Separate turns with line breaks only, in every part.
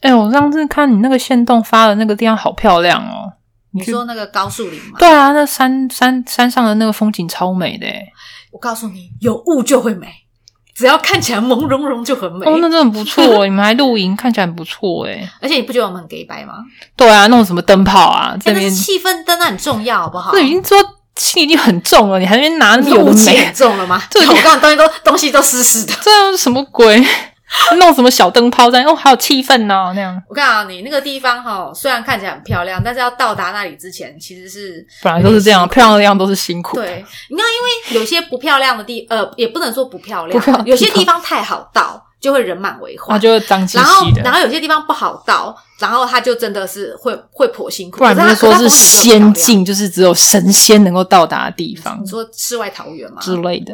哎我上次看你那个线洞发的那个地方好漂亮哦。
你说那个高树林吗？
对啊，那山山山上的那个风景超美的欸耶。
我告诉你，有雾就会美，只要看起来朦胧胧就很美。
哦，那真的很不 错，你们还露营，看起来很不错哎。
而且你不觉得我们很 gay 白吗？
对啊，那种什么灯泡啊，这
但哎是
边
气氛真的很重要，好不好？
这已经说心已经很重了，你还在那边拿那有的
雾气
没
很，重了吗？
对
我告诉你，东西都东西都湿湿的。
这是什么鬼？ 弄什么小灯泡在？哦，还有气氛呢、那样
我告诉你，那个地方哈、虽然看起来很漂亮，但是要到达那里之前，其实是
本来就是这样，漂亮都是辛苦。，
哎对。你看，因为有些不漂亮的地，呃，也不能说不漂亮，
不漂亮的
有些
地啊
地方太好到，就会人满为患。
那就会脏兮
然后
兮，的
然。后有些地方不好到，然后他就真的是会会颇辛苦。
不然不
可
是
它
说
可它
是
风景很漂
仙
亮
境，就是只有神仙能够到达的地方
你说世外桃源吗？
之类的，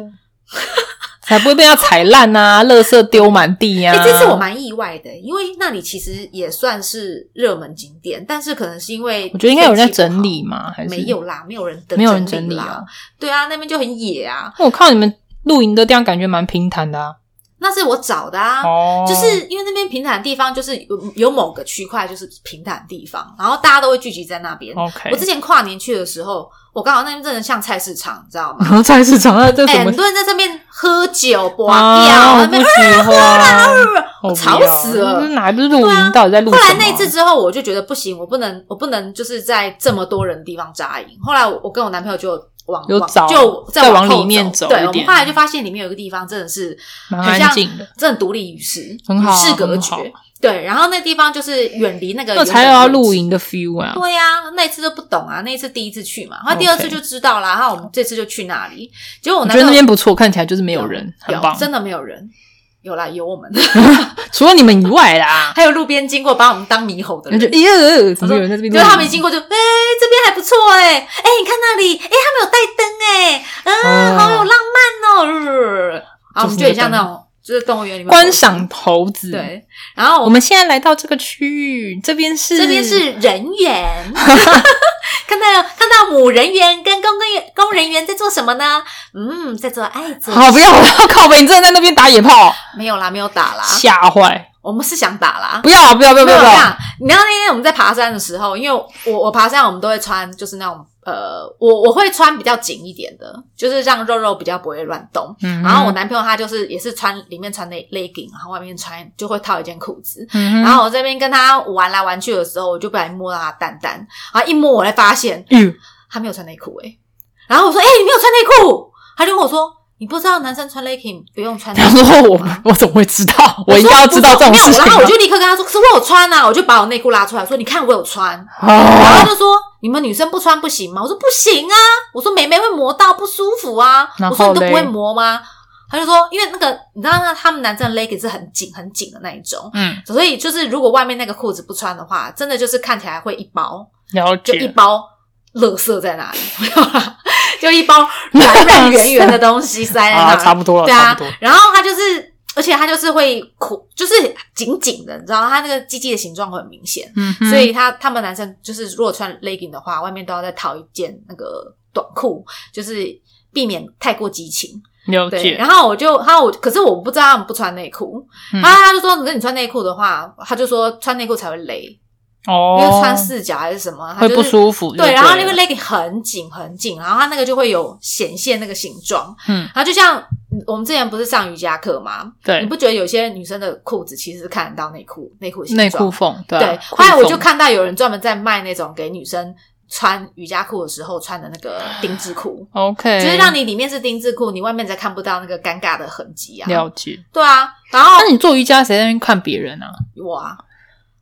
才不会被他踩烂啊，垃圾丢满地呀、
哎、
啊。
这次我蛮意外的，因为那里其实也算是热门景点，但是可能是因为
我觉得应该有人在
天气不好
整理嘛，还是
没有？啦，没有人的
没有人
整
整理
啦
啊。
对啊，那边就很野啊，
我看到你们露营的地方，感觉蛮平坦的啊。
那是我找的啊。
哦，
就是因为那边平坦的地方，就是有有某个区块就是平坦的地方，然后大家都会聚集在那边。
哦 OK
我。之前跨年去的时候，我刚好那边真的像菜市场，你知道吗？
然后菜市场，那这
哎
什么
很？多人在这边喝酒、拔掉，
啊，
那
我不
边
喜 欢，我不
吵
要
死了
这哪来不是露
对啊
营？到底在露
后
什么？
来那一次之后，我就觉得不行，我不能，我不能就是在这么多人的地方扎营。后来我我跟我男朋友就往
有
往
找
就
再
往
往
后
里面走
对，
一
我们
点
后来就发现里面有一个地方真的是
蛮
很像
安静的，
真的独立于世，
很好啊
与世隔
很
绝
好。
对，然后那地方就是远离那个
那
原
才有
本的
要
位置
露。营的 feel 啊。
对呀、那一次就不懂啊，那一次第一次去嘛，然后第二次
OK
就知道啦然后我们这次就去那里，结果我
我
男
觉得那
朋友
边不错，看起来就是没有人，很棒。
真的没有人，有啦，有我们，
除了你们以外啦，
还有路边经过把我们当猕猴的
那
人
就，耶，
他
怎么
说
有人在这边？
就是他们一经过就，哎、这边还不错哎、哎、你看那里，哎、他们有带灯哎，嗯、
哦
好有浪漫哦。呃然后我们就很像那种，就是动物园里面
观赏猴子。，
对，然后我
我
们
们现在来到这个区域，这边是
这边是人员， 看到看到母人员跟工人员工人员在做什么呢？嗯，在做爱做，
啊好，不要不 要靠北，你真的在那边打野炮，啊
没有啦，没有打啦，
吓坏！
我们是想打啦，
不要 不要不要不
啊没有
要！不要
啦，你知道那天我们在爬山的时候，因为我我爬山，我们都会穿就是那种呃，我我会穿比较紧一点的，就是让肉肉比较不会乱动。
嗯哼
然后我男朋友他就是也是穿里面穿内 legging，然后外面穿就会套一件裤子。
嗯哼
然后我这边跟他玩来玩去的时候，我就不小心摸到他的蛋蛋，然后一摸我才发现
嗯
他没有穿内裤诶、然后我说：“哎、你没有穿内裤？”他就跟我说：“你不知道男生穿 legging 不用穿 内
他
裤吗？”
说哦我我怎么会知 道？我应该要知道这种事
没有
情啊
然
吗。
后我就立刻跟他说：“可是我有穿啊！”我就把我内裤拉出来说：“你看我有穿。”然后
啊
他就说：“你们女生不穿不行吗？”我说：“不行啊！”我说：“妹妹会磨到不舒服啊！”
然
我
后
说：“你都不会
嘞
磨吗？”他就说：“因为那个你知道，那他们男生的 legging 是很紧很紧的那一种，
嗯，
所以就是如果外面那个裤子不穿的话，真的就是看起来会一包
了
就一
解。
包垃圾在那里， 没有啦，就一包软软圆圆的东西塞在那
啊，
里。
差不多了，
对
差
啊
不多。，
然后他就是，而且他就是会苦，就是紧紧的，你知道，他那个鸡鸡的形状会很明显，
嗯哼，
所以他他们男生就是如果穿 legging 的话，外面都要再套一件那个短裤，就是避免太过激情。
了
对，
解。
然后我就，然后我，可是我不知道他们不穿内裤，
嗯
然后他就说，可是你穿内裤的话，他就说穿内裤才会累，
哦，
因为穿四角还是什么，他
会
就是
不舒服就
对，
对
然后
了
那个 legging 很紧很紧，然后它那个就会有显现那个形状。
嗯，
然后就像嗯我们之前不是上瑜伽课吗？你
对
不觉得有些女生的裤子其实是看得到内裤内裤的形
内
状
裤缝，对
对
啊，裤
后来我就
缝
看到有人专门在卖那种给女生穿瑜伽裤的时候穿的那个丁字裤。
OK，
就是让你里面是丁字裤，你外面才看不到那个尴尬的痕迹啊！
了解。
对啊，然后
那你做瑜伽谁在那边看别人啊？
哇，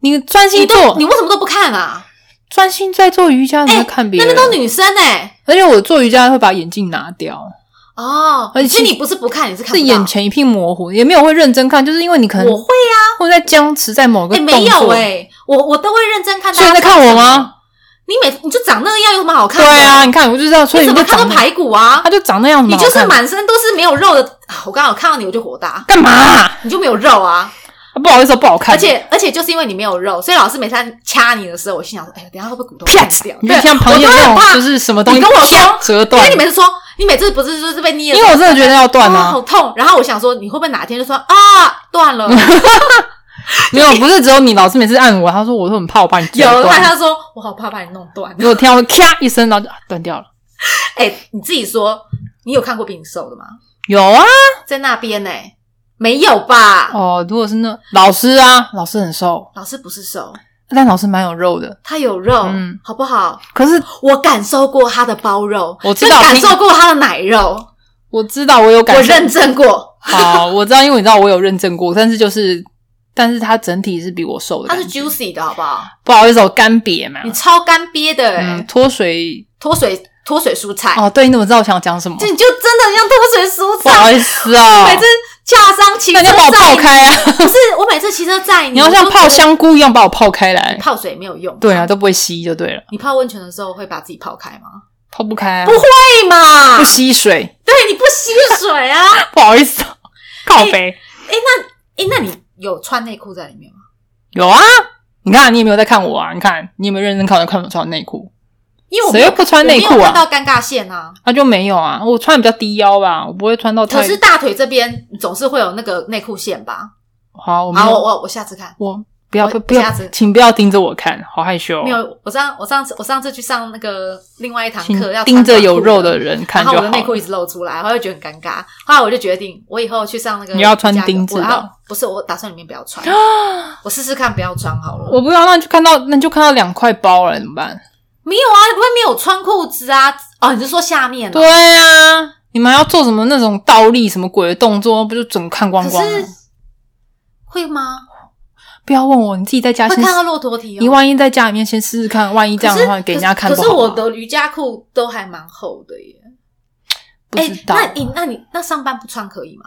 你专
你
心
都
做
你，为什么都不看啊？
专心在做瑜伽，你
哎
在看别
那
人啊
边。都女生哎、
而且我做瑜伽会把眼镜拿掉，
哦，
而且
所以你不是不看，你是看不
是
到
眼前一片模糊，也没有会认真看，就是因为你可能
我会啊，
会在僵持在某个
哎、
动作。
没有哎、我我都会认真看大
所以
家
你
穿
在
什么。
看我吗？
你每你就长那样，有什么好看
对
的？
啊，你看我就知道，所以
你怎
就
么看
长
到
那，
排骨啊
他？就长那样子
你
嘛。
就是
好看
满身都是没有肉的。啊我刚好看到你，我就火大，
干嘛啊？
你就没有肉啊！
不好意思，不好看。
而且而且就是因为你没有肉，所以老师每次掐你的时候，我心想说：哎呀，等一下会不会骨头
啪
断掉？，
啊你
对
就像朋友
我都
那
很怕
种，就是什么东西
你跟我
啪
说
折
因
断
为你，每次说，你每次不是就是被捏的
因
时候，
为我真的觉得要断
哦
啊
好。痛。然后我想说，你会不会哪天就说啊断了？
没有，不是只有你，老师每次按我，他说我都很怕我把你
有
剪断
他他说我好怕把你弄断。
如果听到咔一声，然后就啊断掉了。
哎、你自己说，你有看过比你瘦的吗？
有啊，
在那边呢、没有吧？
哦，如果是那老师啊，老师很瘦，
老师不是瘦，
但老师蛮有肉的。
他有肉，
嗯
好不好？
可是
我感受过他的包肉，
我知道
跟感
听
受过他的奶肉，
我知道，我有感
我
受，
认证过，
好，我知道，因为你知道我有认证过，但是就是，但是他整体是比我瘦的
他
感
是
觉。
juicy 的好不好？
不好意思，我干瘪嘛
你，超干瘪的、欸，
嗯，脱水。
脱水脱水蔬菜，
哦，对，你怎么知道我想讲什么
就？你就真的很像脱水蔬
不好
菜。
意思哦，
每次架上骑
那
车
你要把我
载
泡
你，
开啊！
不是我每次骑车载你，
你要
我
像
都
泡香菇一样把我泡开来。
泡水没有用。
对啊，，都不会吸就对了，
你泡温泉的时候会把自己泡开吗？
泡不啊开、啊，
不会嘛
不吸水，
对，你不吸水啊？
不好意思哦，靠背、
诶，那你有穿内裤在里面吗？
有啊。你看，你也没有在看我啊？你看，你有没有认真看我看我穿内裤？
因为我没
谁
有
又不穿内
我
裤
没有
啊？
看到尴尬线啊。
那、就没有啊。我穿的比较低腰吧，我不会穿到
可
太
是大腿这边总是会有那个内裤线吧？
好。我没有，
好，我我我下次看。
我不要
我
不不要
下次，
请不要盯着我看，好害羞哦、
没有，我上我上次我上次去上那个另外一堂课要
请盯着有肉
的
的人看
然
就
后
好
我
了
的。内裤一直露出来，我会觉得很尴尬。后来我就决定，我以后去上那个
你要穿
瑜伽课
丁字的
我要不是我打算里面不 要穿，我试试看不要穿好了。
我不要，那你就看到那你就看到两块包了，怎么办？
没有啊，外面有穿裤子啊。哦，你是说下面、啊？
对啊，你们还要做什么那种倒立什么鬼的动作，不就整个看光
可
光啊了
是？会吗？
不要问我，你自己在家
会
先
看，到骆驼蹄哦。
你万一在家里面先试试看，万一
可
这样
是
的话给人家看
可
不
是
好
可是我
吗
的瑜伽裤都还蛮厚的耶。
不知道。
哎
啊
那你那你那上班不穿可以吗？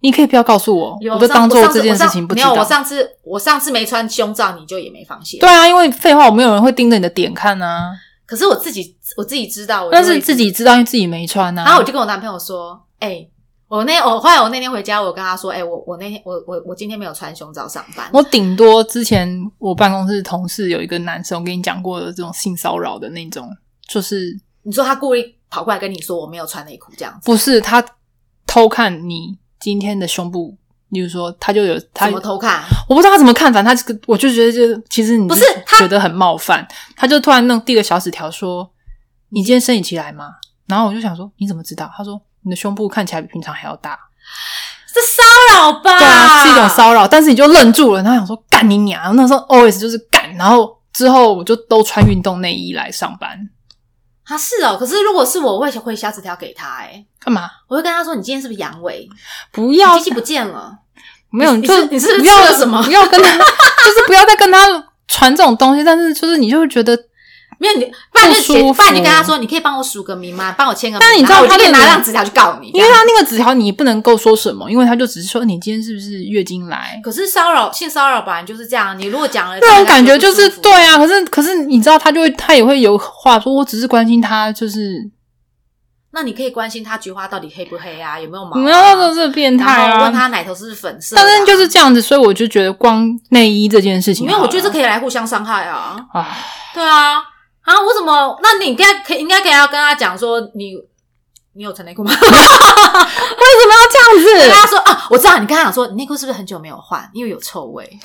你可以不要告诉我
有，啊
我就当做
上次
这件事情
我上
不知
没有，我
道。
上次我上次没穿胸罩，你就也没放心。
对，啊，因为废话，我没有人会盯着你的点看啊。
可是我自己我自己知道，我就
但
会
是自己知道，因为自己没穿啊。
然后我就跟我男朋友说：“哎、我那我后来我那天回家，我跟他说：‘哎、我我那天我我我今天没有穿胸罩上班。’
我顶多之前我办公室同事有一个男生，我跟你讲过的这种性骚扰的那种，就是
你说他故意跑过来跟你说我没有穿内裤这样子，
不是他偷看你今天的胸部，例如说他就有他
怎么偷看？
我不知道他怎么看，反正他这个我就觉得就其实你
不
就是
他
觉得很冒犯，他就突然弄递个小纸条说：“你今天生理期来吗？”然后我就想说：“你怎么知道？”他说：“你的胸部看起来比平常还要大。”
这骚扰吧？
对啊，是一种骚扰，但是你就愣住了，然后想说干你娘！那时候 always 就是干，然后之后我就都穿运动内衣来上班，
他是哦，可是如果是我，我会会小纸条给他、哎，
干嘛？
我会跟他说：“你今天是不是阳痿？
不
你
要
机器不见了。
没有，
你
就是
你是
不要
吃了什么
不要跟 他，就是不要再跟他传这种东西。但是就是你就会觉得，”
没有你，不然就
不
写，
舒服
不然你就跟他说：“你可以帮我署个名吗？帮我签个名。”
但你知道
然后我
他
就可以
那
拿
个
张纸条去告你，
因为他那个纸条你不能够说什么，因为他就只是说你今天是不是月经来。
可是骚扰性骚扰本来就是这样，你如果讲了，
那种
大家
感觉
不
就
舒
是
服
对啊，可是可是你知道，他就会他也会有话说，我只是关心他，就是
那你可以关心他菊花到底黑不黑啊，有没有毛、啊？
你们要说这是变态
然
啊！
后问他奶头是不是粉色的啊、
但是就是这样子，所以我就觉得光内衣这件事情
因
好
为
了，
我觉得这可以来互相伤害啊。
啊，
对啊，啊，我怎么？那你应该可以应该可以要跟他讲说你。你有穿内裤吗？
为什么要这
跟
样子？
他说啊，我知道。你跟他讲说，你内裤是不是很久没有换，因为有臭味？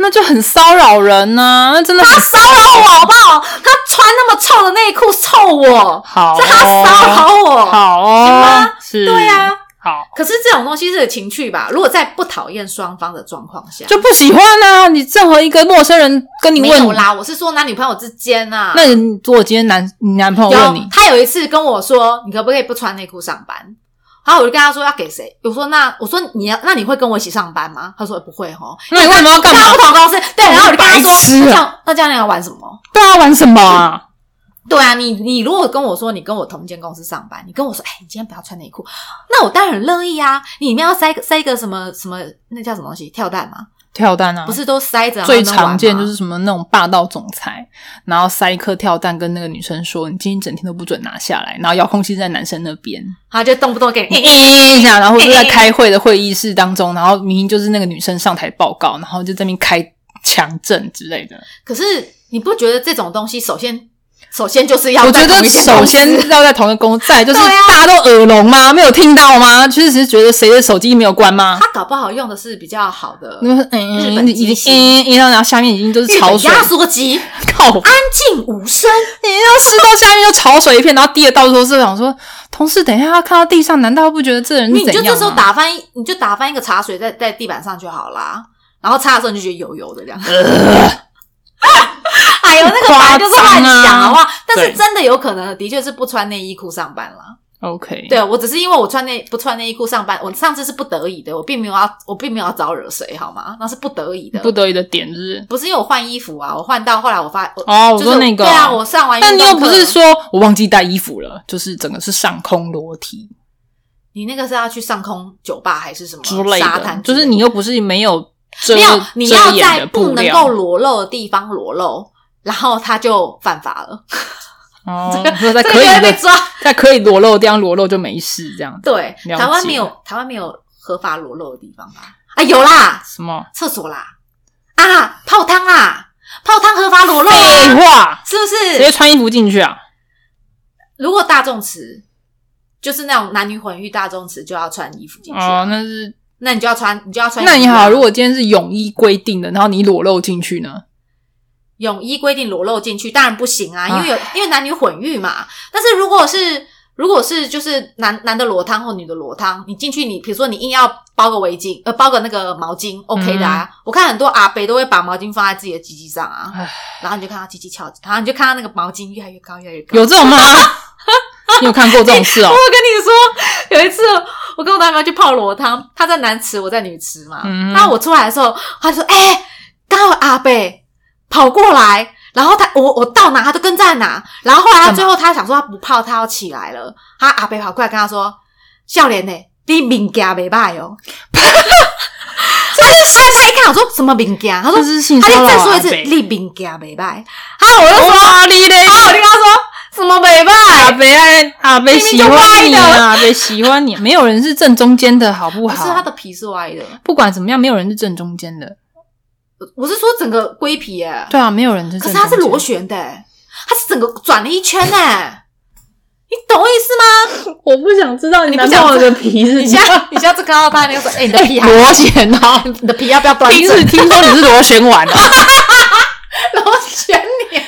那就很骚扰人呐、那真的很骚
哦，
扰
好不好？他穿那么臭的内裤臭我，
好、哦，
是他骚扰我。
好
行
哦
吗，
是，
对啊，
好
可是这种东西是情趣吧？如果在不讨厌双方的状况下，
就不喜欢啊！你任何一个陌生人跟你
没
问
有，啦。我是说男女朋友之间啊。
那你如果今天男你男朋友问
有
你，
他有一次跟我说，你可不可以不穿内裤上班？然后我就跟他说要给谁？我说那我说你要那你会跟我一起上班吗？他说、欸不会哦。
那你为什么要干嘛
大家 不？同公司对，然后我就跟他说
白痴啊
那这样那这样你要玩什么？
对啊，玩什么啊？
对啊，你你如果跟我说你跟我同间公司上班，你跟我说，哎、你今天不要穿内裤，那我当然很乐意啊。你里面要塞个塞一个什么什么，那叫什么东西？跳蛋吗？
跳蛋啊！
不是都塞着？
最
然后能玩吗啊
常见就是什么那种霸道总裁，然后塞一颗跳蛋跟那个女生说：“你今天整天都不准拿下来。”然后遥控器在男生那边，
他就动不动给
嗯
你，
一下，然后就在开会的会议室当中，然后明明就是那个女生上台报告，然后就在那边开强震之类的。
可是你不觉得这种东西，首先首先就是要
我觉
在同
得
一间公
首
司
先要在同一个公司，再来就是
对啊
大家都耳聋吗？没有听到吗？就是只是觉得谁的手机没有关吗？
他搞不好用的是比较好的
那嗯嗯
日
嗯，
本
已
机
经
型
嗯嗯，然后下面已经都是
日
潮
本
水，
压缩机，
靠！
安静无声。
你要湿到下面就潮水一片，然后滴的到处都是。我想说，同事等一下他看到地上，难道他不觉得这人
你
是嗯怎
就
样啊吗？
这时候打翻，你就打翻一个茶水在在地板上就好啦。然后擦的时候你就觉得油油的这 样。
呃
哎呦，那个本来就是
夸
幻
张啊
想好不好？但
对
是真的有可能，的确是不穿内衣裤上班啦。
OK，，
对我只是因为我穿内不穿内衣裤上班，我上次是不得已的，我并没有要我并没有要招惹谁，好吗？那是不得已的，
不得已的点就是
不是因为我换衣服啊，我换到后来我发，我
哦，我
就是
说那个，
对啊，我上完运
但
动
你又
课，
不是说我忘记带衣服了，就是整个是上空裸体
你那个是要去上空酒吧还是什么
之类
哦沙滩
的，
之
就
类的，
是你又不是没有遮
没有，你要
遮掩
在
的
不
布
能
料
够裸露的地方裸露，然后他就犯 法了，
哦，说在
这
可
个
以
就会被
的
抓。
在可以裸露的地方裸露就没事，这样
对，
了
台湾
解
没有，台湾没有合法裸露的地方吧？啊，有啦，
什么
厕所啦，啊，泡汤啦，泡汤合法裸露
废
啊，
话，
是不
直接
是？
穿衣服进去啊？
如果大众池就是那种男女混浴大众池，就要穿衣服进去啊、
哦，那是
那你就要穿，你就要穿衣服啊。
那你好，如果今天是泳衣规定的，然后你裸露进去呢？
泳衣规定裸露进去，当然不行啊，因为有因为男女混浴嘛。但是如果是如果是就是男男的裸汤或女的裸汤，你进去你比如说你硬要包个围巾，呃，包个那个毛巾，OK 的啊。我看很多阿北都会把毛巾放在自己的鸡鸡上啊
唉，
然后你就看到鸡鸡翘，然后你就看到那个毛巾越来越高，越来越高。
有这种吗？ 你有看过这种事哦
我？跟你说，有一次我跟我男朋友去泡裸汤，他在男池，我在女池嘛。
嗯
那、我出来的时候，他就说：“哎、刚好有阿贝跑过来，然后他我我到哪他都跟在哪。”然后后来
干
他
嘛
最后他想说他不泡，他要起来了。他阿贝跑过来跟他说：“笑脸呢，你名家没歹 哦。”他他他一看 我说什么名家，他说
这是性
他
骚
就
扰
再
啊
说一次，
北
你名家没歹。啊，我就说，
哇你嘞！
啊，我就跟他说什么没
阿
歹。
北爱阿北啊喜欢你啊，阿北喜欢你，没有人是正中间的好不
不
好？
是他的皮是歪的，
不管怎么样，没有人是正中间的。
我是说整个龟皮耶、
对啊，没有人是
可
正中
是
间。
它是螺旋的、欸，它是整个转了一圈呢、你懂我意思吗？
我不想知道
你
你
不
不
想
想我的皮啊是
你
怎
现
样
在你现在看到它那个说，哎、你的 皮还
螺旋 啊！
你的皮要不要端
第一
正
次？听说你是螺旋丸啊，
螺旋鸟，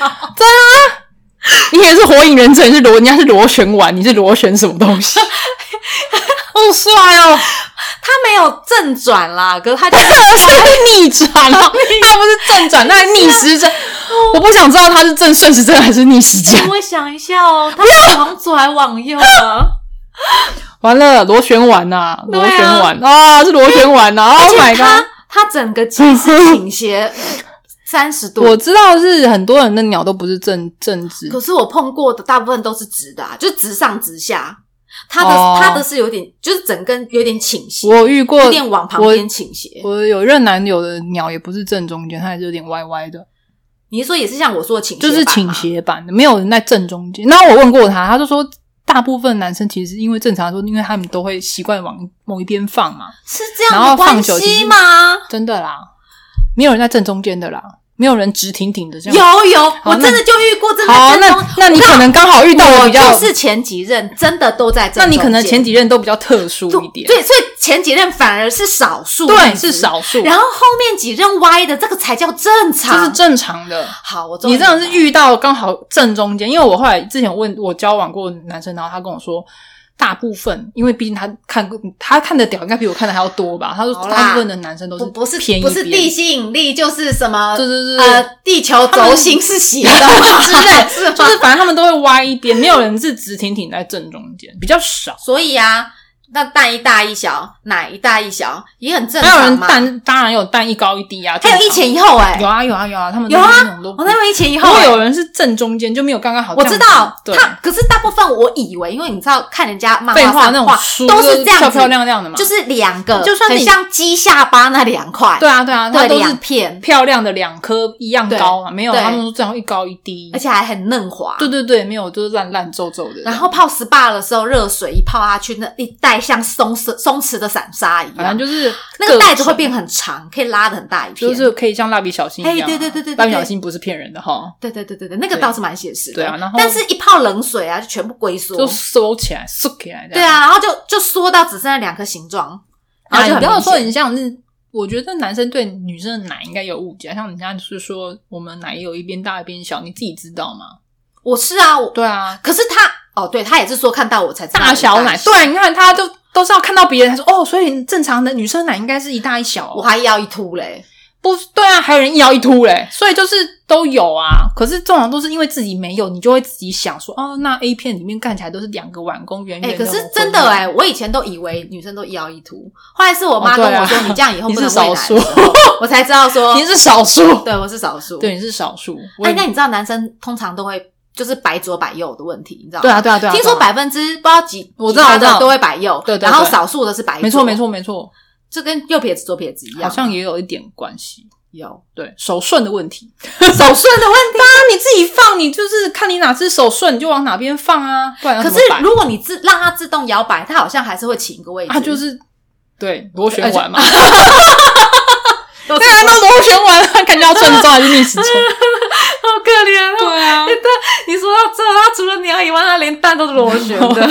你也是火影忍者，你是螺，人家是螺旋丸，你是螺旋什么东 西？好帅哦！
它没有正转啦，可是它就。
是啊逆转哦，它不是正转，那是逆时针。我不想知道它是正顺时针还是逆时针
我想一 下哦，它是往左还往右啊？
完了，螺旋丸呐、
对啊
螺旋丸啊，是螺旋丸呐、o
而
h
且
Oh my
它
god！
它整个鸡是倾斜三十度
我。知道是很多人的鸟都不是正正直，
可是我碰过的大部分都是直的、啊，就是直上直下。它的、
哦
它的是有点，就是整根有点倾斜。
我遇过
有点往旁边倾斜。
我有任男友的鸟也不是正中间，它也是有点歪歪的，
你是说也是像我说的倾斜，
就是倾。斜版的，没有人在正中间。那我问过他，他就说。大部分男生其实因为正常来说，因为他们都会习惯往某一边放嘛，
是这样
然
的
后
关
放手其
系
实
吗？
真的啦，没有人在正中间的啦，没有人直挺挺的这样。
有有，我
那
真的就遇过，真的
好，
真的
那那你可能刚好遇到
我
比较，
就是前几任真的都在正
那
中间，
你可能前几任都比较特殊一点，
对，所以前几任反而是少数，
对，是。少数，
然后后面几任歪的，这个才叫正
这
常。
是正常的。
好，我终于
你这样是遇到刚好正中间，因为我后来之前问我交往过的男生，然后他跟我说，大部分因为毕竟他看过他看的屌应该比我看的还要多吧，他说
好啦
大部分的男生都
不不是
偏一
不
边，
是地吸引力，就是什么
对对对对
呃地球
他
轴
们
心是斜的之类是吗？
就是反正他们都会歪一边，没有人是直挺挺在正中间，比较少。
所以啊，那蛋一大一小，奶一大一小也很正
还有
常
人
嘛。
蛋当然有蛋一高一低啊，
还有
正
一
常
前一后哎、
有啊有啊有啊，他们
有
那种
啊
都，不
我那边一前一
如
后、
果
欸。
有人是正中间就没有刚刚好这
我
样子，
知道
对，
他，可是大部分我以为，因为你知道看人家漫
废
画
话
上
那种
画
书
都是这样子，
漂漂亮亮的嘛，
就是两个，
就算
很
你
像鸡下巴那两块，
对啊对啊，它
对，
都
两
是
片，
漂亮的两颗一样高啊嘛，没有
对
他们说最好一高一低
而，且还很嫩滑。
对对对，没有就是烂烂皱皱的，
然后泡 SPA 的时候，热水一泡下去，那一带像松松松弛的散沙一
反正
样，
就是
那个
各
袋子会
种
变很长，可以拉的很大一片。
就是可以像蜡笔小新一样啊、
哎对对对对对
蜡笔小新不是骗人的哈，
对对对对对，那个
对
倒是蛮写实的。
对啊然后
但是一泡冷水啊，就全部龟缩。
就收起来、缩起来这
对
样。
啊，然后就就缩到只剩下两颗形状，然
啊，你
后就
不
很
要
明
说
显。
你像是，我觉得男生对女生的奶应该有误解，像人家就是说我们奶有一边大一边小，你自己知道吗？
我是啊，我
对啊，
可是他哦，对他也是说看到我才知道
大小奶，
我大
对，你看他就都是要看到别人，他说哦，所以正常的女生奶应该是一大一小
我
哦、
还要一凸嘞。
不对啊，还有人一摇一凸嘞，所以就是都有啊。可是通常都是因为自己没有，你就会自己想说，哦，那 A 片里面看起来都是两个碗公圆
哎、
圆的那
可
种
是
混
真的
乱
哎、我以前都以为女生都一摇一凸，后来是我妈
哦
跟
对
我
啊
说、你这样以后
你
不
是
能
少
喂奶的 时
数
候，，我才知道说
你是少数，
对，我是少数。
对，，你是少数。我
哎、
也
那你知道男生通常都会就是摆左摆右的问题，你知道吗？
对啊，对啊，对啊。
听说
对啊
百分之不知道几，
我
几
知道
趴
我知道
的都会摆右，
对对对
然后少数的是摆左，
没错，没，错，没错，
这跟右撇子左撇子一样，
好像也有一点关系。
有
对 手顺的问题，
手顺的问题。
那你自己放，你就是看你哪只手顺，你就往哪边放啊，不然要
可
怎么
是
摆
如果你自让它自动摇摆，它好像还是会请一个位置，
啊，就是对螺旋丸嘛，
都
对啊，那 螺旋丸感觉要正宗还是逆时钟？
好可怜哦。
对啊
你说到这，它除了鸟以外，它连蛋都是螺旋的。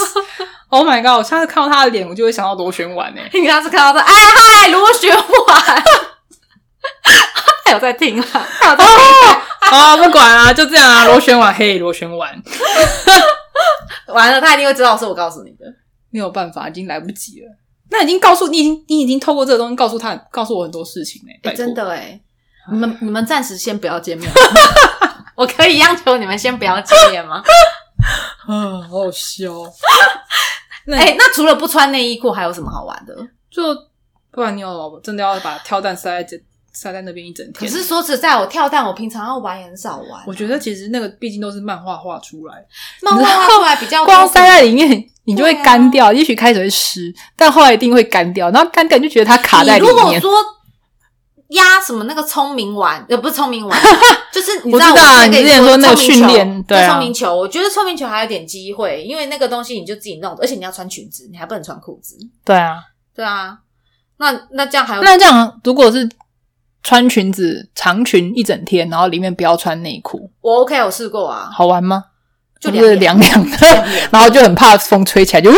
，Oh my god！我下次看到他的脸，我就会想到螺旋丸诶、欸
你刚刚是看到这，哎嗨，螺旋丸， 他有在听啊，他有在听。
好啊，不管啊，就这样啊，螺旋丸，嘿，螺旋丸，
完了，他一定会知道是我告诉你的。
没有办法，已经来不及了。那已经告诉你，已经你已经透过这个东西告诉他，告诉我很多事情诶、
哎、
拜托
真的哎、你们你们暂时先不要见 面，我可以央求你们先不要见面吗？
啊，好好 笑哦。那
哎、那除了不穿内衣裤，还有什么好玩的？
就不然你有真的要把挑蛋塞在这塞在那边一整
可
天。
是说实在，我跳蛋，我平常要玩也很少玩
我，觉得其实那个毕竟都是漫画画出来，
漫画画出来比较多
光塞在里面你就会
对啊
干掉，也许开始会湿，但后来一定会干掉，然后干掉你就觉得它卡在里
你如果
面。
说压什么那个聪明丸，呃，不是聪明 丸，就是你
我
知道
知道啊
那个
你之前
也
说那个
聪明
训
球
练对啊
那聪明球，我觉得聪明球还有点机会，因为那个东西你就自己弄，而且你要穿裙子，你还不能穿裤子。
对啊，
对啊，那那这样还有
那这样如果是穿裙子长裙一整天，然后里面不要穿内裤，
我 OK，我试过啊，
好玩吗？
就是两
凉凉的，
两
然后就很怕风吹起来就呜。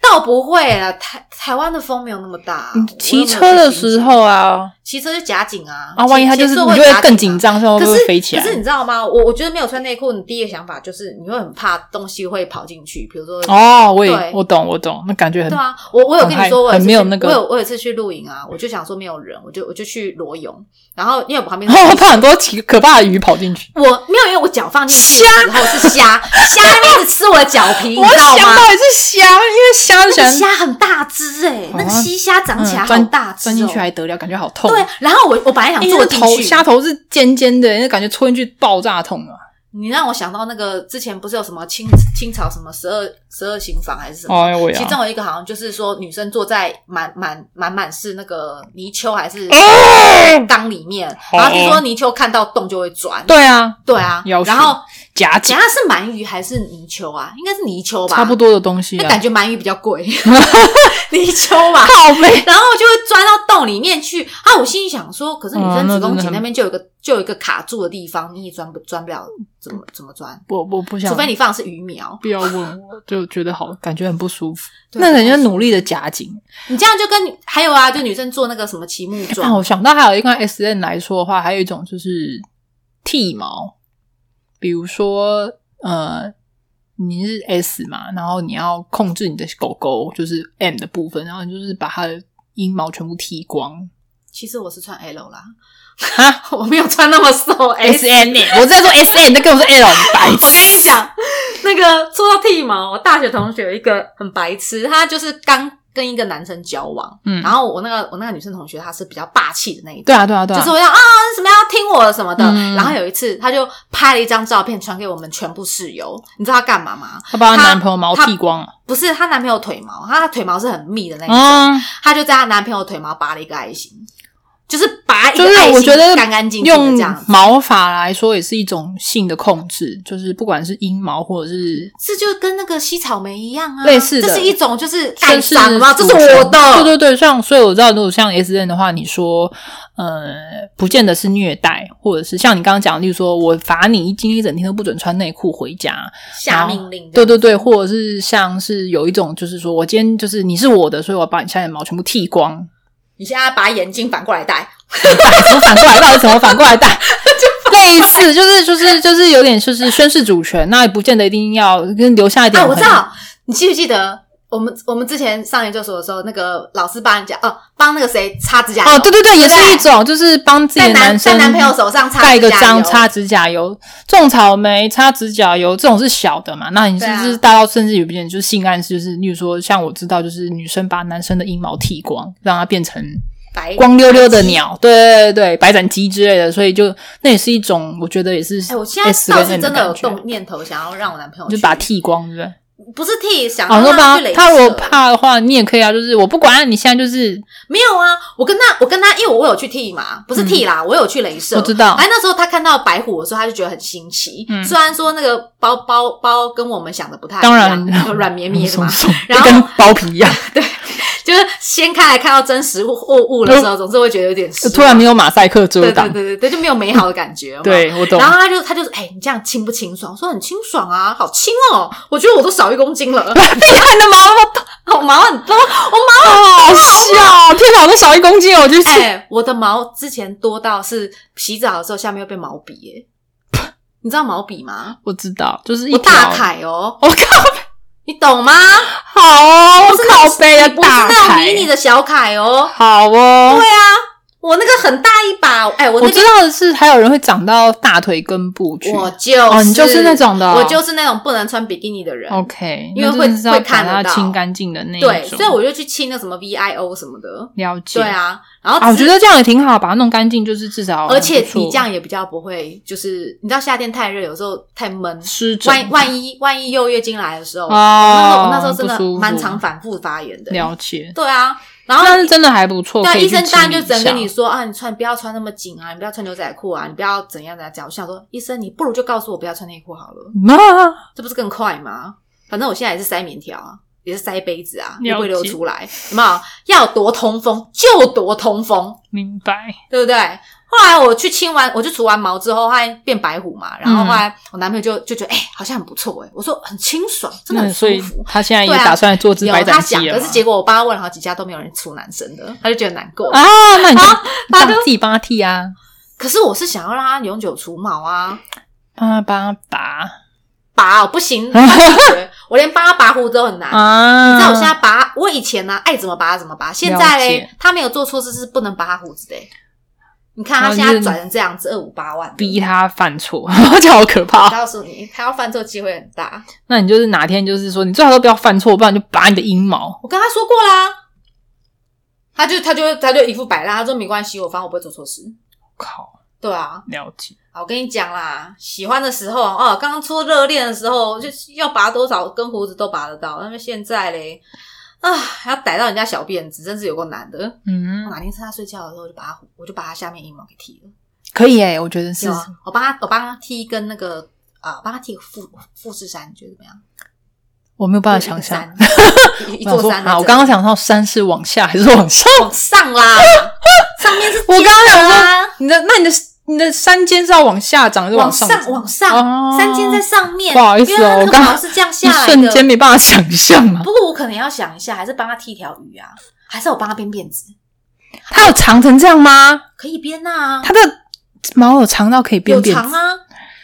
倒不会啦，台台湾的风没有那么大啊、我又没有
嗯骑车的
去新竹
时候，啊，
骑车就夹紧啊，
啊，万一它
骑
就是
骑
你
车
就
夹紧啊
会更紧。张，所以会
可
不
是
会飞起来
可是？你知道吗？我我觉得没有穿内裤，你第一个想法就是你会很怕东西会跑进去，比如说
哦，我
对
也我懂，我懂，那感觉很
对啊，我我有跟你说，我
很
有一次
没有
去
那个
我有我有一次去露营啊，我就想说没有人，我就我就去裸泳，然后因为我旁边
然后怕很多奇可怕的鱼跑进去。
我没有，因为我脚放进去的时候是 虾，虾一直吃我的脚皮，你
我
知道
想
吗？
到也是虾，因为虾就喜
那个
欢
虾哦很大只哎，那个
哦
西虾长起来
嗯
好大只哦，
钻进去还得了，感觉好痛。
对，然后我我本来想
因
坐
为
进
头
去，
虾头是尖尖的，那感觉戳进去爆炸痛啊！
你让我想到那个之前不是有什么清清朝什么十二十二刑房还是什么？
哎我
其
呀，
中有一个好像就是说，女生坐在满满满满是那个泥鳅还是
哦
缸里面，
好
然后就说泥鳅看到洞就会钻，
对啊，
对啊
要，死
然后
夹
等
紧
一下是鳗鱼还是泥鳅啊？应该是泥鳅吧，
差不。多的东西
那
啊
感，觉鳗鱼比较 贵，泥鳅吧，
靠背
然后就会钻到洞里面去啊！我心里想说，可是女生
嗯那
子宫
真的
颈
很
那边就有一个就有一个卡住的地方，你也钻不钻不了，怎么怎么钻？
我我不想
除，非你放的是鱼苗，
不要问我，就觉得好， 感觉很不舒服。
对
那人家努力的夹紧。
你这样就跟还有啊，就女生做那个什么骑木
哎那
桩，
啊我想到还有一个 S N 来说的话，还有一种就是剃毛，比如说呃，你是 S 嘛，然后你要控制你的狗狗就是 M 的部分，然后你就是把它的阴毛全部剃光。
其实我是穿 L 啦，我没有穿那么瘦 S。
N 呢、我在说 S N，你在跟我说 L，你白
我跟你讲，那个说到剃毛，我大学同学有一个很白痴，他就是刚跟一个男生交往，
嗯
然，后我那个我那个女生同学，她是比较霸气的那一种。
对啊，对啊，对啊，
就是我要啊什么要听我的什么的，
嗯
然后有一次他就拍了一张照片传给我们全部室友，你知道他干嘛吗？
她把她男朋友毛剃光了。
不是她男哎朋友腿毛，她的腿毛是很密的那一种，
啊，
她就在她男朋友腿毛拔了一个爱心，就是把一个
就是
爱
我
心
觉得
干干净净的
用
这样子，
毛发来说，也是一种性的控制，就是不管是阴毛或者是
这就跟那个吸草莓一样啊，
类似的
这是一种就是
甚
感
至
伤嘛，这是
组成
我的，
对对对，像所以我知道，如果像 S N 的话，你说呃，不见得是虐待，或者是像你刚刚讲，例如说我罚你今天一整天都不准穿内裤回家，
下命令，
对对对，或者是像是有一种就是说我今天就是你是我的，所以我要把你下眼毛全部剃光，
你现在把眼镜反过来戴，
什么反过来，到底什么反过 来戴？类似就是就是就是有点就是宣示主权，那也不见得一定要跟留下一点、
啊，我知道，你记不记得我们我们之前上研究所的时候，那个老师帮人家哦，帮那个谁擦指甲油
哦，对对对，也是一种就是帮自己
在
的
男在
生
男朋友手上擦
盖一个
指甲油
章擦指甲油，种草莓擦指甲油，这种是小的嘛？那你是不
对
是
啊
大到甚至有一点就是性暗示，就是例如说像我知道，就是女生把男生的阴毛剃光，让它变成
白
光溜溜的。鸟，对对对，白斩鸡之类的，所以就那也是一种，我觉得也是 S
哎，
跟
我
N
现在倒是真
的
的有
感觉
动念头，想要让我男朋友
就
哦去
把它剃光，对不对？
不是剃，想
哦，
要
说
让
吧
去，
他如
我
果怕的话，你也可以啊，就是我不管，你现在就是
没有啊，我跟他，我跟他，因为我有去剃嘛，不是剃啦，我有去镭射。
嗯我知道
哎，那时候他看到白虎的时候，他就觉得很新奇。
嗯
虽然说那个包包包跟我们想的不太一样，
当然
软绵 绵的嘛，
嗯松松
然后
跟包皮 一样，
就是掀开来看到真实物物的时候，总是会觉得有点失
突然没
有
有马赛克遮
对
挡
对，对对对，就没有美好的感觉。有没有
对我懂
然。后他就他就说：“哎、你这样清不清爽？”我说：“很清爽啊，好轻哦，我觉得我都少一公斤 了，
你的毛
我毛很多，我毛
哦好笑！哦 天哪，我都少一公斤了，我去
哎、我的毛之前多到是洗澡的时候下面会被毛笔 耶、你知道毛笔吗？
我知道，就是一
我
条
大，凯哦，
我靠，
你懂吗？
好哦，
不是那种
靠背啊，
不是
大
那种
凯
迷，你的小凯哦，啊
好哦。
我那个很大一把，哎、我
我
那
知
个
道的是，还有人会长到大腿根部去。
我就是、
哦，你就是那种的哦，哦
我就是那种不能穿比基尼的人。
OK，
因为
那
会
真的是要
会看得
把它
到
清干净的那一种。
对，所以我就去清那什么 VIO 什么的，
了解。
对啊，然后
啊，我
只
觉得这样也挺好，把它弄干净，就是至少
而且
很不错
你这样也比较不会，就是你知道夏天太热，有时候太闷，
湿疹
万万一万一又月经来的时候，
哦，
那时候我那时候真
不舒服
的蛮常反复发炎的。
了解，
对啊，然后
但是真的还不错。
对啊
可以去
医生当然
清
就
一
只能跟你
下
说啊，你穿不要穿那么紧啊，你不要穿牛仔裤啊，你不要怎样怎样怎样。我想说，医生你不如就告诉我不要穿内裤好了，
啊，
这不是更快吗？反正我现在也是塞棉条啊，也是塞杯子啊，
了解
也不会流出来，有没有？要多通风就多通风，
明白。
对不对？后来我去清完，我就除完毛之后，后来变白虎
嗯
嘛。然后后来我男朋友就就觉得，哎、好像很不错哎、我说很清爽，真的很
那
舒
嗯所以
服。
他现在也
对啊
打算做只
有
白斩
他
鸡啊
想，
了
可
吗。
是结果我帮他问了好几家都没有人出男生的，他就觉得难过。
啊，那你就
啊他
让自己帮他剃啊，
可是我是想要让他永久除 毛啊，
帮他帮他拔
拔哦不行，他拒绝我连帮他拔胡子都很难。
啊。
你知道我现在拔，我以前呢、爱怎么拔怎么拔，现在
了
嘞他没有做错事是不能拔他胡子的欸、你看他
哦
现
就
在
是
转成这样子，二五八万的，
逼他犯错， 这好可
我
怕。
告诉你，他要犯错机会很大。
那你就是哪天就是说，你最好都不要犯错，不然就拔你的阴毛。
我跟他说过啦，他就他就他就一副摆烂，他说没关系，我反正我不会做错事。
靠，
对啊，
了解。
好，我跟你讲啦，喜欢的时候哦，刚出热恋的时候，就是要拔多少根胡子都拔得到，那么现在嘞，啊，还要逮到人家小辫子，真是有够难的。我
嗯，
哪天趁他睡觉的时候，我就把他我就把他下面阴毛给剃了，
可以诶、我觉得是
有。啊，我帮他我帮他剃一根那个啊，帮他剃个富富士山，你觉得怎么样？
我没有办法
就
想象。
一个山， 一一
我想
座
说
山在
啊，我
这
刚刚想到山是往下还是往上？
往 上啦，上面是
我刚刚想
尖
说
的啦。
你的那你的你的山尖是要往下长还是
往
上
上
长？
往上，
哦
三尖在上面。
不好意思
因为
哦，
它
我
那个
刚
毛是这样下
一
来的。
瞬间没办法想象啊。
不过我可能要想一下，还是帮他剃条鱼啊，还是我帮他编辫子，
它有长成这样吗？
可以编啊，
它的毛有长到可以编
有
辫
长
子？
啊，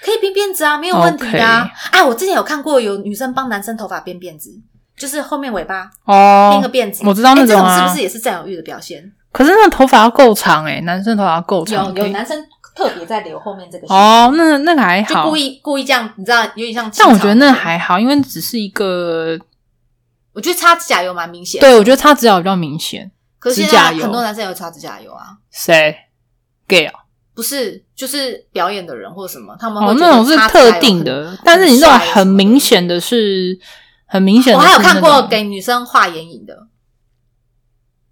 可以编辫子啊，没有问题的啊。啊，我之前有看过有女生帮男生头发编辫子，就是后面尾巴编啊个
哦，
辫子。
我知道那
哎这
种
种
啊
是不是也是占有欲的表现？
可是那头发要够长诶、男生头发要够长。
有
可
有
以
男生特别在留后面这个线
哦，那那个还
就
好
故，意故意这样，你知道，有点像清朝。
但我觉得那还好，因为只是一个，
我觉得擦指甲油蛮明显的。
对我觉得擦指甲油比较明显。
可是现
指甲
在
油
很多男生也会擦指甲油啊，
谁？gay 哦，
不是就是表演的人或什么，他们
哦
会觉得
那种是
擦指甲油
特
很
定。的，但是你那种很明显的是，很明显
我
的是
还
那
有
种。
看过给女生画眼影的，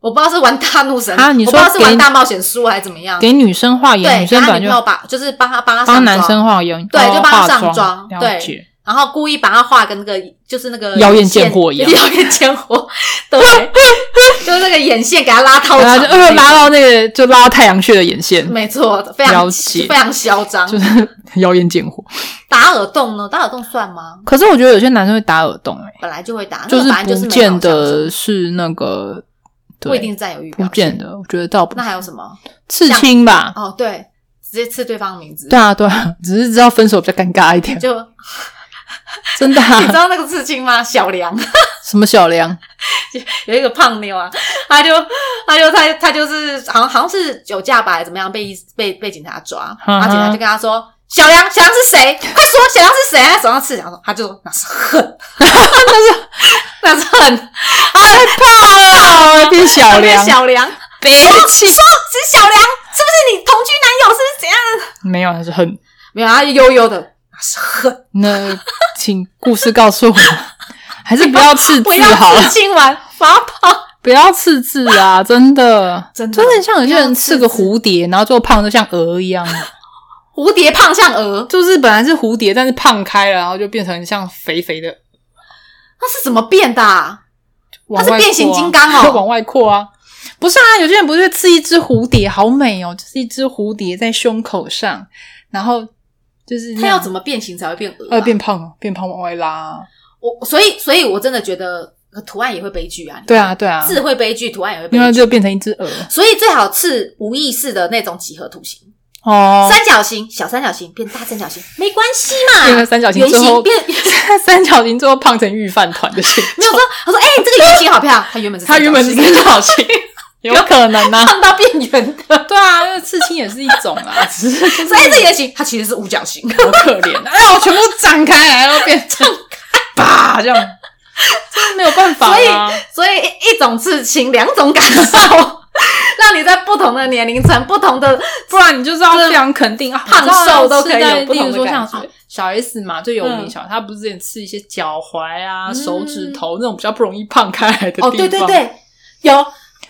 我不知道是玩大怒神
啊你
我
说
不知道是
给
玩大冒险书还是怎么样。
给女生化
对，
眼，女
给
生
他
本来
女
就
朋友把就是帮他帮他
帮
上
男
妆
生化眼，
对就帮他
化
上
妆，了
妆对
解。
然后故意把它画跟那个就是那个
妖艳
线
贱货一样
妖艳贱货， 对，就是那个眼线给它拉套
然后
长的
就呃
那
拉
种，
到那个就拉到太阳穴的眼线，
没错，非常
了解
非常嚣张。
就是 妖艳贱货。
打耳洞呢？打耳洞算吗？
可是我觉得有些男生会打耳洞、欸，
本来就会打，啊那
就
个
是
本来就是
不
美好
见
象
得
征
是那个，对，
不一定是占有欲
不
表
见
现。
得，我觉得倒不
那还有什么？
刺青吧。
哦，对，直接刺对方的名字，
对啊，对啊，只是知道分手比较尴尬一点，
就
真的、
你知
啊。
道那个刺青吗？小梁
什么小 梁？
有一个胖妞啊，他就他就他他就是好像好像是酒驾吧，还是怎么样被医被被警察抓，
嗯哼
然后警察就跟他说。小梁，小梁是谁？快说，小梁是谁？他手上刺，然后他就说那是 恨，那是那是恨，
啊，变小梁，
小梁，
别气，
是小梁，是不是你同居男友？是不是怎样？
没有，还是恨。
没有，他就悠悠的，那是恨，
那请故事告诉我，还是不要刺
我
字好
要
了
刺，青完，我要跑。
不要刺字 啊！真的，
真的
真的像有些人刺个
不要刺字
蝴蝶，然后最后胖的像鹅一样，
蝴蝶胖像鹅，
就是本来是蝴蝶，但是胖开了，然后就变成像肥肥的，
那是怎么变的、啊？
往外
它是变形
扩啊
金刚哦
往外扩啊！不是啊，有些人不是会刺一只蝴蝶，好美哦，就是一只蝴蝶在胸口上，然后就是
它要怎
么
么变形才会变鹅、啊？
呃变胖哦，变胖往外拉啊，
我，所以，所以我真的觉得呃图案也会悲剧啊。
对啊，对啊，
字会悲剧，图案也会
另外
悲剧。
就变成一只鹅
所以最好刺无意识的那种几何图形，
哦，
三角形、小三角形变大三角 形，没关系
变成
嘛。
三角 形
圆
之后
形，变，
三角形之后胖成御饭团的形
没有说，他说，哎、这个圆形好漂亮。它原本 是
它原本是三 角形，有可能啊。
胖到变圆的，
对啊，因为刺青也是一种啊， 只是就
所以这个圆形它其实是五角形。
好可怜啊。哎，我全部展开来，然后变 成吧这样，真的没有办法啊。
所以一一种刺青，两种感受， 让你在不同的年龄层、不同的
不然你就是要非常肯定啊，
胖瘦都可以有
你知道要吃在
不同的
例如说像
感觉
小 S 嘛，最有名
嗯
小，她不是之前刺一些脚踝啊、
嗯
手指头那种比较不容易胖开来的地方。
哦，对对。对，有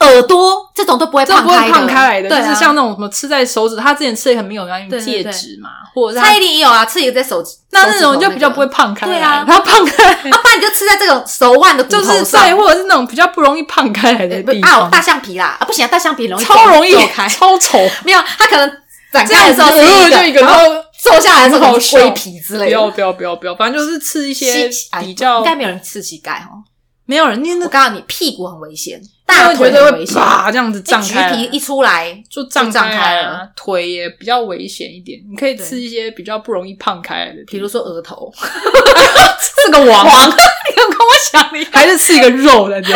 耳朵这种都不会
这
胖
不会
开的，
胖开来的，
对啊、
就是像那种什么吃在手指，她之前吃一个很没有名
对对
戒
对
指嘛，或者是她
蔡依林也有啊，刺一个在手指，
那
手
那
指头
种就比较不会
那
胖开来，
对啊
它胖开来
个，啊，不然你就刺在这个手腕的骨
就
头
是
上
对，，或者是那种比较不容易胖开来的
呃不
地
啊，
方，
大橡皮啦，啊，不行啊，大橡皮容易
超容易
走开，
超 丑。
没有，它可能展
这
开
样
的时
子
候是
如果就
一
一个，
个，
然
然后
后
瘦下来的时候
很
可
好
能是龟
笑
皮之
不
类
要
的。
不要不要不要，反正就是吃一些
膝哎
比较
应该没有人刺膝盖哦。
没有人，因为
我
那
告诉你，屁股很危险，大
觉
腿
得
很危
会
险，
啪这样子胀
哎橘
开
皮
来
一。出来，
就胀
胀开
开啊
了，
腿也比较危险一点。你可以
对
吃一些比较不容易胖开来的地 方，
比如说额头，
刺个王，
黄，你有跟我讲你
还是吃一个肉在这？
为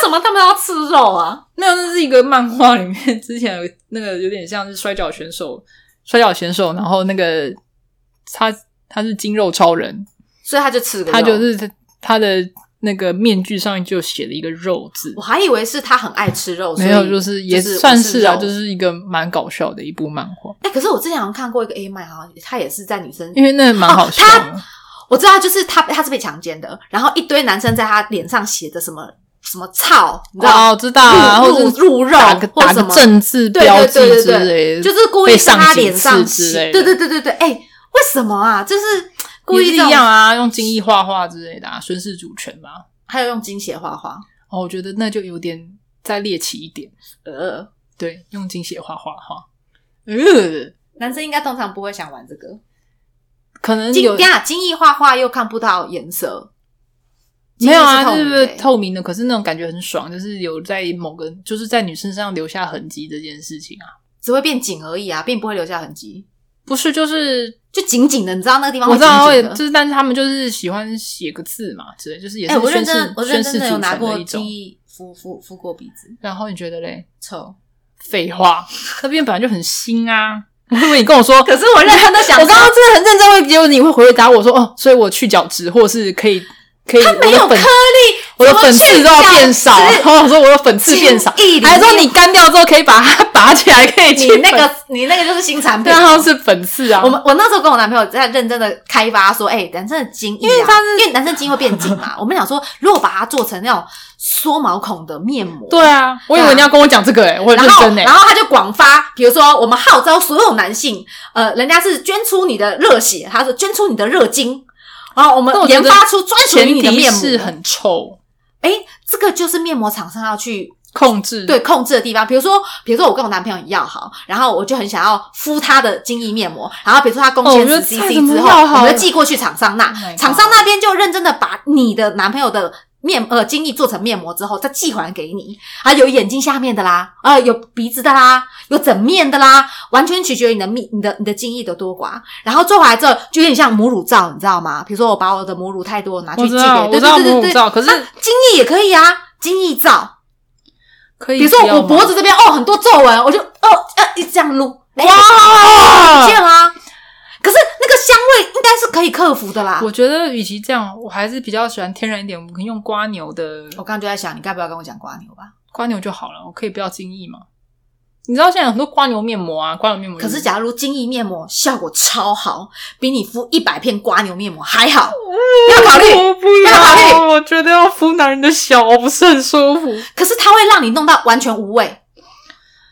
什么他们要吃肉啊？
没有，那是一个漫画里面之前有那个有点像是摔跤选手，摔跤选手，然后那个他他是筋肉超人，
所以他就吃个肉
他就是他他的那个面具上面就写了一个肉字
我，还以为是他很爱吃肉，哦所以
没有，就是也
就是
算是啊，
我
就
肉
是一个蛮搞笑的一部漫画，
哎、可是我之前好像看过一个 A 漫，好像他也是在女生，
因为那蛮好笑
哦
的。
我知道就是他他是被强奸的，然后一堆男生在他脸上写着什么什么操，你知道
哦，知道啊，
入
或
入
者
入肉
打个
或
打
什
个
么，
政治
对
标
对
记
对对
之类
对，
的，
就是故意
被
在
上
他
警
脸上
示之
写，
类的
对对对对对，哎、为什么啊？就是故
也
意
是
这
一
种
样，啊，用精益画画之类的啊，宣示主权嘛。
还有用精血画画，
哦，我觉得那就有点再猎奇一点。
呃，
对，用精血画画哈。呃，
男生应该通常不会想玩这个。
可能
金
嗯有
等一下金翼画画又看不到颜色，
没有啊？
金
就
翼
是是
透明的欸
透明的，可是那种感觉很爽，就是有在某个就是在女生身上留下痕迹这件事情啊，
只会变紧而已啊，并不会留下痕迹，
不是就是。
就紧紧的，你知道那个地方
我知道
会
会，
紧
就
紧的。
是，但是他们就是喜欢写个字嘛之类，就是也
哎、
是
我认
宣示、
真，我认
宣
真
示
的有
主
拿
权
过
一
金
种。
翼敷敷敷过鼻子，
然后你觉得嘞？
臭。
废 话，那边本来就很新啊！ 我以为你跟我说，
可是我认真的想
我
说，
刚刚真的很认真会，结果你会回答我说哦，所以我去角质或是可以可以，
它没有
我的粉
颗粒，
我的粉刺都要变少。
怎么去
然 后我说我的粉刺变少
轻易，地
还说你干掉之后可以把它拔起来，可以
你
去粉
那个你那个就是新产品
对，。它是粉刺啊。
我们我那时候跟我男朋友在认真的开发说，哎、男生的精液、啊，因为
它
因为男生精会变紧 嘛，我们想说，如果把它做成那种缩毛孔的面膜，
对啊，我以为你要跟我讲这个诶、我很
然
认
后
真诶、欸
然后他就广发，比如说我们号召所有男性，呃，人家是捐出你的热血，他说捐出你的热精，然后我们
但我觉
研
得
发出专属于
前
你的
提
面膜。
是很臭，
哎，这个就是面膜厂商要去
控制
对控制的地方。比如说，比如说我跟我男朋友要好，然后我就很想要敷他的精益面膜，然后比如说他贡
哦我
献
觉得
十
蔡
CC
怎么
之后，
要好
我们就寄过去厂商那
Oh my，god
厂商那边就认真的把你的男朋友的。面呃，精液做成面膜之后，再寄回来给你，啊，有眼睛下面的啦，啊，有鼻子的啦，有整面的啦，完全取决于你的蜜、你的、你的精液的多寡。然后做回来之后，就有点像母乳皂，你知道吗？比如说我把我的母乳太多拿去
我
寄
知
给，
道
对
我知道
对对
母
对
乳
对，
皂可是
那精液也可以啊，精液皂，
可以
比如
不
说
要
我
吗
脖子这边哦很多皱纹，我就哦呃一直这样撸，哎哇，不
哇，
见啦。啊可是那个香味应该是可以克服的啦。
我觉得与其这样，我还是比较喜欢天然一点，我们可以用瓜牛的
我刚刚就在想，你该不要跟我讲瓜牛吧？
瓜牛就好了，我可以不要精益嘛。你知道现在有很多瓜牛面膜啊，瓜牛面膜就
可是假如精益面膜效果超好，比你敷一百片瓜牛面膜还好，要考虑。
我不
要考
要，我觉得要敷男人的小，我不是很舒服。
可是它会让你弄到完全无味，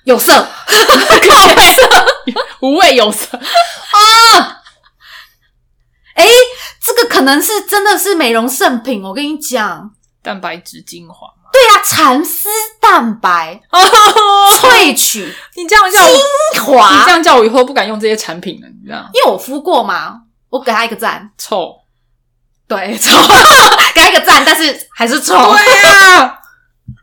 有色。
无味有色，
哎，这个可能是真的是美容圣品，我跟你讲。
蛋白质精华。
对啊，蚕丝蛋 白萃取
你这样叫我，你
精华，
这样叫我以后不敢用这些产品了，你知道吗？
因为我敷过嘛，我给他一个赞，
臭。
对，臭，给他一个赞，但是还是臭。
对呀、啊